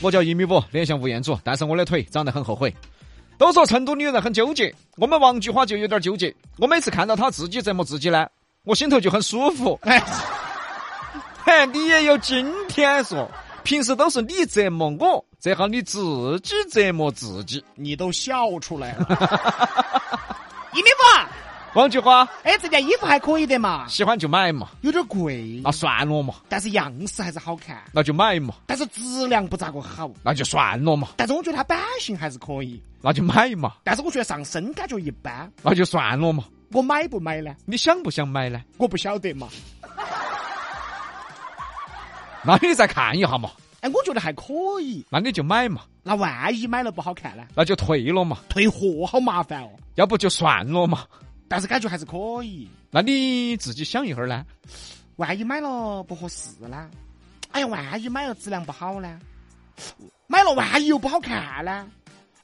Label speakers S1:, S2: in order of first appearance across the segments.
S1: 我叫一米五，脸像吴彦祖，但是我的腿长得很后悔。都说成都女人很纠结，我们王菊花就有点纠结。我每次看到她自己折磨自己呢，我心头就很舒服。哎， 嘿，你也有今天说，平时都是你折磨我，这下你自己折磨自己。
S2: 你都笑出来了。 一米八，
S1: 王菊花
S2: 哎，这件衣服还可以的嘛，
S1: 喜欢就买嘛，
S2: 有点贵
S1: 那，算了嘛，
S2: 但是样式还是好看，
S1: 那就买嘛，
S2: 但是质量不咋个好。
S1: 那就算了嘛，
S2: 但是我觉得它版型还是可以，
S1: 那就买嘛，
S2: 但是我觉得上身感觉一般。
S1: 那就算了嘛。
S2: 我买不买呢？
S1: 你想不想买呢？
S2: 我不晓得嘛。
S1: 那你再看一下嘛，
S2: 哎，我觉得还可以。
S1: 那你就买嘛，
S2: 那万一买了不好看呢？
S1: 那就退了嘛，
S2: 退货好麻烦哦。
S1: 要不就算了嘛。
S2: 但是感觉还是可以。
S1: 那你自己想一会儿呢？
S2: 万一买了不合适呢？哎呀，万一买了质量不好呢？买了万一又不好看呢？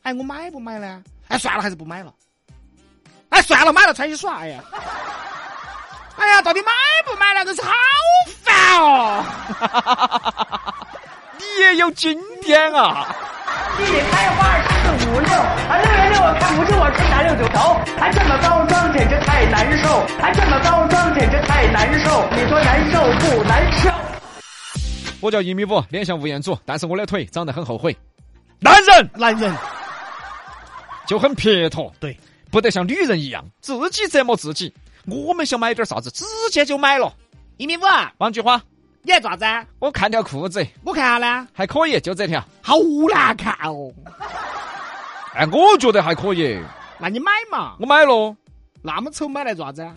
S2: 哎，我买不买呢？哎，算了，还是不买了。哎，算了，买了穿起耍。哎呀，哎呀，到底买不买呢？真是好烦哦！
S1: 你也有今天啊！
S3: 地里开花儿四五六，啊六月六我看不中，我非拿六九头，还这么高装，简直太难受，还这么高装，简直太难受，你说难受不难受？
S1: 我叫一米五，脸像吴彦祖，但是我的腿长得很后悔。男人
S2: 男人
S1: 就很撇脱，
S2: 对，
S1: 不得像女人一样自己折磨自己。我们想买点啥子，直接就买了。
S2: 一米五，
S1: 王菊花，
S2: 你还咋子？
S1: 我看条裤子
S2: 我看下呢，
S1: 还可以，就这条。
S2: 好难看哦。
S1: 哎，我觉得还可以，
S2: 那你买嘛，
S1: 我买了。
S2: 那么丑买来做啥子？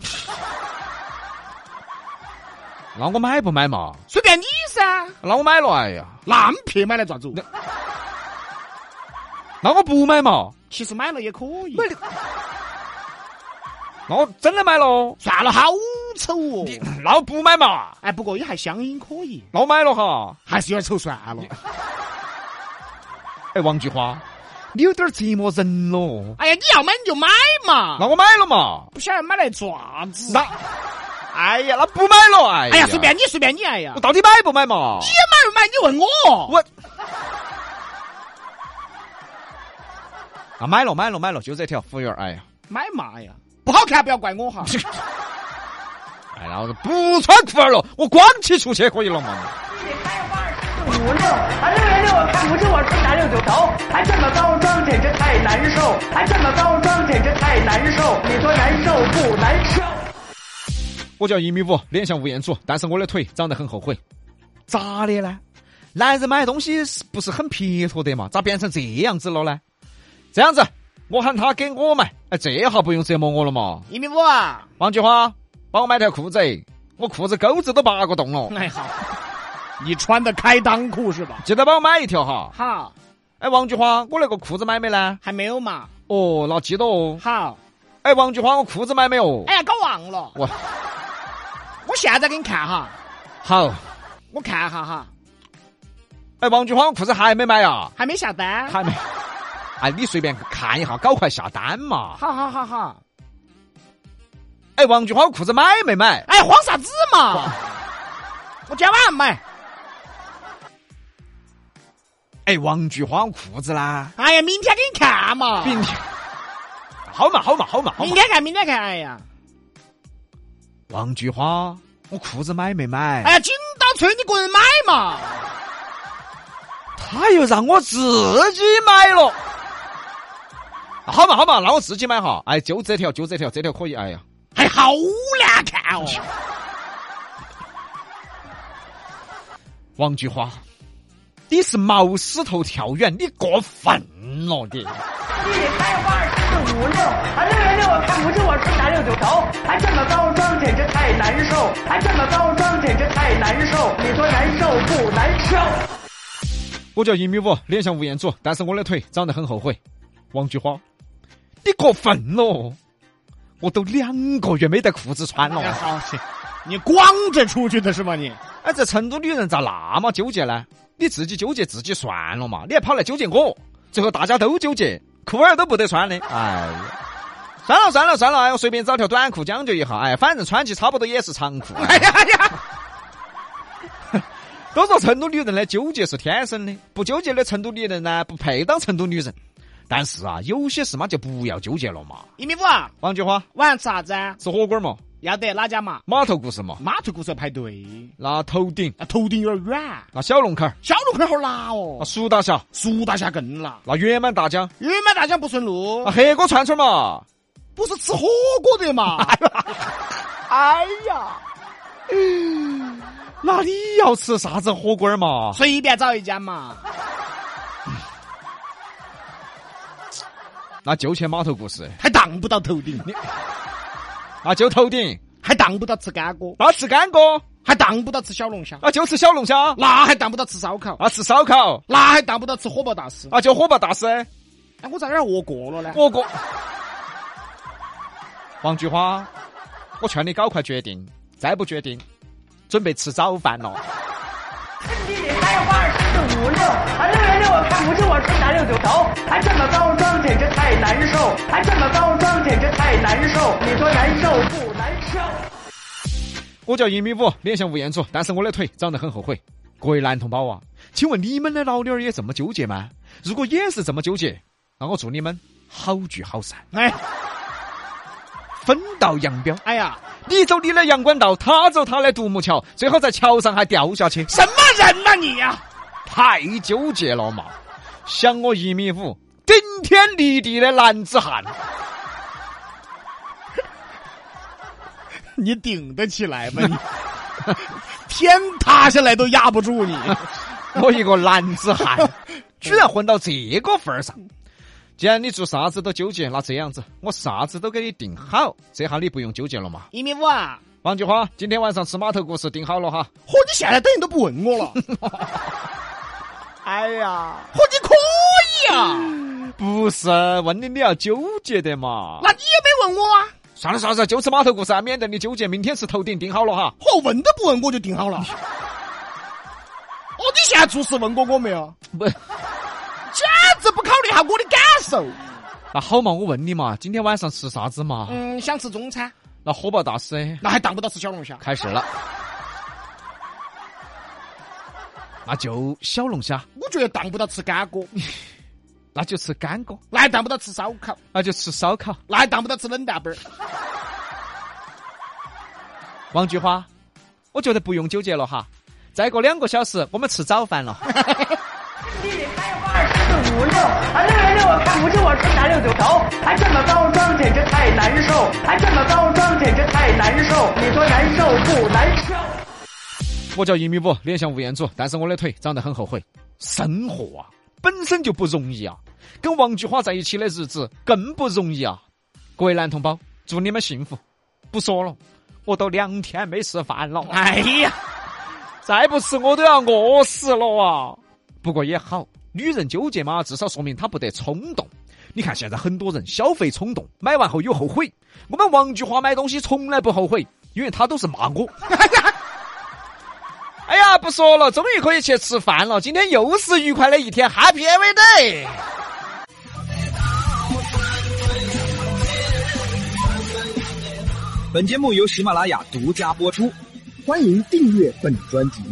S1: 那我买不买嘛？
S2: 随便你噻，
S1: 那我买了，哎呀，
S2: 那么撇买来做啥子？
S1: 那我不买嘛？
S2: 其实买了也可以。
S1: 那我真的买了哦，
S2: 算了，好丑哦！
S1: 那我不买嘛？
S2: 哎，不过也还相应可以，
S1: 那我买了哈。
S2: 还是有点丑算了。
S1: 哎，王菊花，你有点折磨人喽。
S2: 哎呀，你要买你就买嘛，
S1: 那我买了嘛？
S2: 不晓得买来爪子。
S1: 那，哎呀，那不买了，哎呀，
S2: 哎呀，随便你，随便你，哎呀，
S1: 我
S2: 你
S1: 到底买不买嘛？
S2: 买不买？你问我。
S1: 我，啊，买了买了买了，就这条，服务员，哎呀，
S2: 买嘛呀？不好看，不要怪我哈。
S1: 哎，然后不穿裤儿了，我光起出去可以了嘛？
S3: 地里开花儿四五六，啊六月六我看不中，我非拿六九头，还这么高装，简直太难受，还这么高装，简直太难受，你说难受不难受？
S1: 我叫一米五，脸像吴彦祖，但是我的腿长得很后悔。咋的呢？男人买东西是不是很撇脱的嘛？咋变成这样子了呢？这样子，我喊他给我买，哎，这下不用折磨我了嘛？
S2: 一米五啊！
S1: 王菊花，帮我买条裤子，我裤子钩子都八个洞了，
S2: 哎好，你穿的开裆裤是吧？
S1: 记得帮我买一条哈。
S2: 好，
S1: 哎，王菊花，我那个裤子买没呢？
S2: 还没有嘛？
S1: 哦，那记得哦。
S2: 好，
S1: 哎，王菊花，我裤子买没哦有？
S2: 哎呀，搞忘了。
S1: 我
S2: 我现在给你看哈，
S1: 好。
S2: 我看哈哈，
S1: 哎，王菊花，我裤子还没买呀？
S2: 还没下单。
S1: 还没。 哎，你随便看一下，搞快下单嘛。
S2: 好好好好。
S1: 哎，王菊花，我裤子买没买？
S2: 哎，慌啥子嘛？我今天晚上买。
S1: 哎，王菊花，我裤子啦。
S2: 哎呀，明天给你看嘛。
S1: 明天。好嘛，好嘛，好嘛，好
S2: 明
S1: 嘛。
S2: 天看，明天看。哎呀，
S1: 王菊花，我裤子买没买？
S2: 哎，呀，紧到催你个人买嘛。
S1: 他又让我自己买了。好嘛好嘛，那我自己买哈。哎，就这条，就这条，这条可以。哎呀，
S2: 哎，好难看哦。
S1: 王菊花，你是毛石头跳远，你过分了你。
S3: 地里开花儿四五六，啊六月六我看不中，我非拿六九头，还这么高装，简直太难受，还这么高装，简直太难受，你说难受不难受？
S1: 我叫一米五，脸像吴彦祖，但是我的腿长得很后悔。王菊花，你过分了！我都两个月没得裤子穿
S2: 哎呀
S1: 了。
S2: 好些，你光着出去的是吗你？
S1: 哎，这成都女人咋那么纠结呢？你自己纠结自己算了嘛，你还跑来纠结我，最后大家都纠结，裤儿都不得穿的。哎呀，算了算了算了，哎，我随便找条短裤将就一下，哎，反正穿起差不多也是长裤。哎呀呀！都说成都女人的纠结是天生的，不纠结的成都女人呢，不配当成都女人。但是啊，有些事嘛就不要纠结了嘛。
S2: 一米五啊，
S1: 王菊花
S2: 晚上吃啥子啊？
S1: 吃火锅嘛，
S2: 要得哪家嘛？
S1: 码头故事嘛，
S2: 妈头骨是要排队，
S1: 那头顶，
S2: 那头顶有点远，
S1: 那小龙坎儿，
S2: 小龙坎儿好辣
S1: 那
S2: 哦，
S1: 苏大侠，
S2: 苏大侠更辣，
S1: 那圆满大江。
S2: 玉满大江不顺路
S1: 啊，，黑锅串串嘛，
S2: 不是吃火锅的 嘛？哎呀，
S1: 那你要吃啥子火锅儿嘛？
S2: 随便找一家嘛。
S1: 那就去码头故事，
S2: 还当不到头顶，
S1: 那就头顶，
S2: 还当不到吃干锅，
S1: 那吃干锅，
S2: 还当不到吃小龙虾，
S1: 那就吃小龙虾，
S2: 那还当不到吃烧烤，
S1: 那吃烧烤，
S2: 那还当不到吃火爆大师。
S1: 那就火爆大师，
S2: 哎，我咋有点饿过了呢？
S1: 火锅。王菊花，我劝你搞快决定，再不决定，准备吃早饭了。
S3: 地里还有二四五六，啊六月六我看不见我吃啥六九头，还这么高张简直太难受，还这么高张简直太难受，你说难受不难受？
S1: 我叫一米五，脸像吴彦祖，但是我的腿长得很后悔。各位男同胞啊，请问你们的老娘儿也这么纠结吗？如果也是这么纠结，那我祝你们好聚好散，
S2: 哎
S1: 分道扬镳。
S2: 哎呀，
S1: 你走你的阳关道，他走他的独木桥，最后在桥上还掉下去，
S2: 什么人呐、你呀、
S1: 太纠结了嘛！想我一米五，顶天立地的男子汉，
S2: 你顶得起来吗你？ 天塌下来都压不住你。
S1: 我一个男子汉，居然混到这个份儿上。既然你做啥子都纠结，那这样子，我啥子都给你定好，这下你不用纠结了嘛。
S2: 一米五啊！
S1: 王菊花，今天晚上吃码头故事定好了哈。
S2: 嚯，你现在等于都不问我了。 哎呀，嚯，你可以啊！
S1: 不是，问你你要纠结的嘛。
S2: 那你也没问我啊？
S1: 算了算了，算了就吃码头故事啊，免得你纠结。明天吃头顶定好了哈。
S2: 嚯，问都不问我就定好 了。哦，你现在做事问过我没有？
S1: 不。
S2: 简直不考虑下我的感受。
S1: 那好嘛，我问你嘛，今天晚上吃啥子嘛？
S2: 嗯，想吃中餐，
S1: 那火爆大师
S2: 那还当不到吃小龙虾。
S1: 开始了，那就小龙虾，
S2: 我觉得当不到吃干锅，
S1: 那就吃干锅，
S2: 那还当不到吃烧烤，
S1: 那就吃烧烤。
S2: 那还当不到吃冷蛋饼儿。
S1: 王菊花，我觉得不用纠结了哈，再过两个小时我们吃早饭了。
S3: 地里还有二四五六，啊六月六我看不见我吃啥六九头，还这么高张简直太难受，还这么高张简直太难受，你说难受不难受？
S1: 我叫一米五，脸像吴彦祖，但是我的腿长得很后悔。生活啊，本身就不容易啊，跟王菊花在一起的日子更不容易啊。各位男同胞，祝你们幸福。不说了，我都两天没吃饭了。
S2: 哎呀，
S1: 再不吃我都要饿死了啊！不过也好，女人纠结嘛，至少说明她不得冲动。你看现在很多人消费冲动，买完后有后悔。我们王菊花买东西从来不后悔，因为她都是骂我。 哎呀，不说了，终于可以去吃饭了。今天又是愉快的一天，Happy Every Day。
S4: 本节目由喜马拉雅独家播出。
S5: 欢迎订阅本专辑。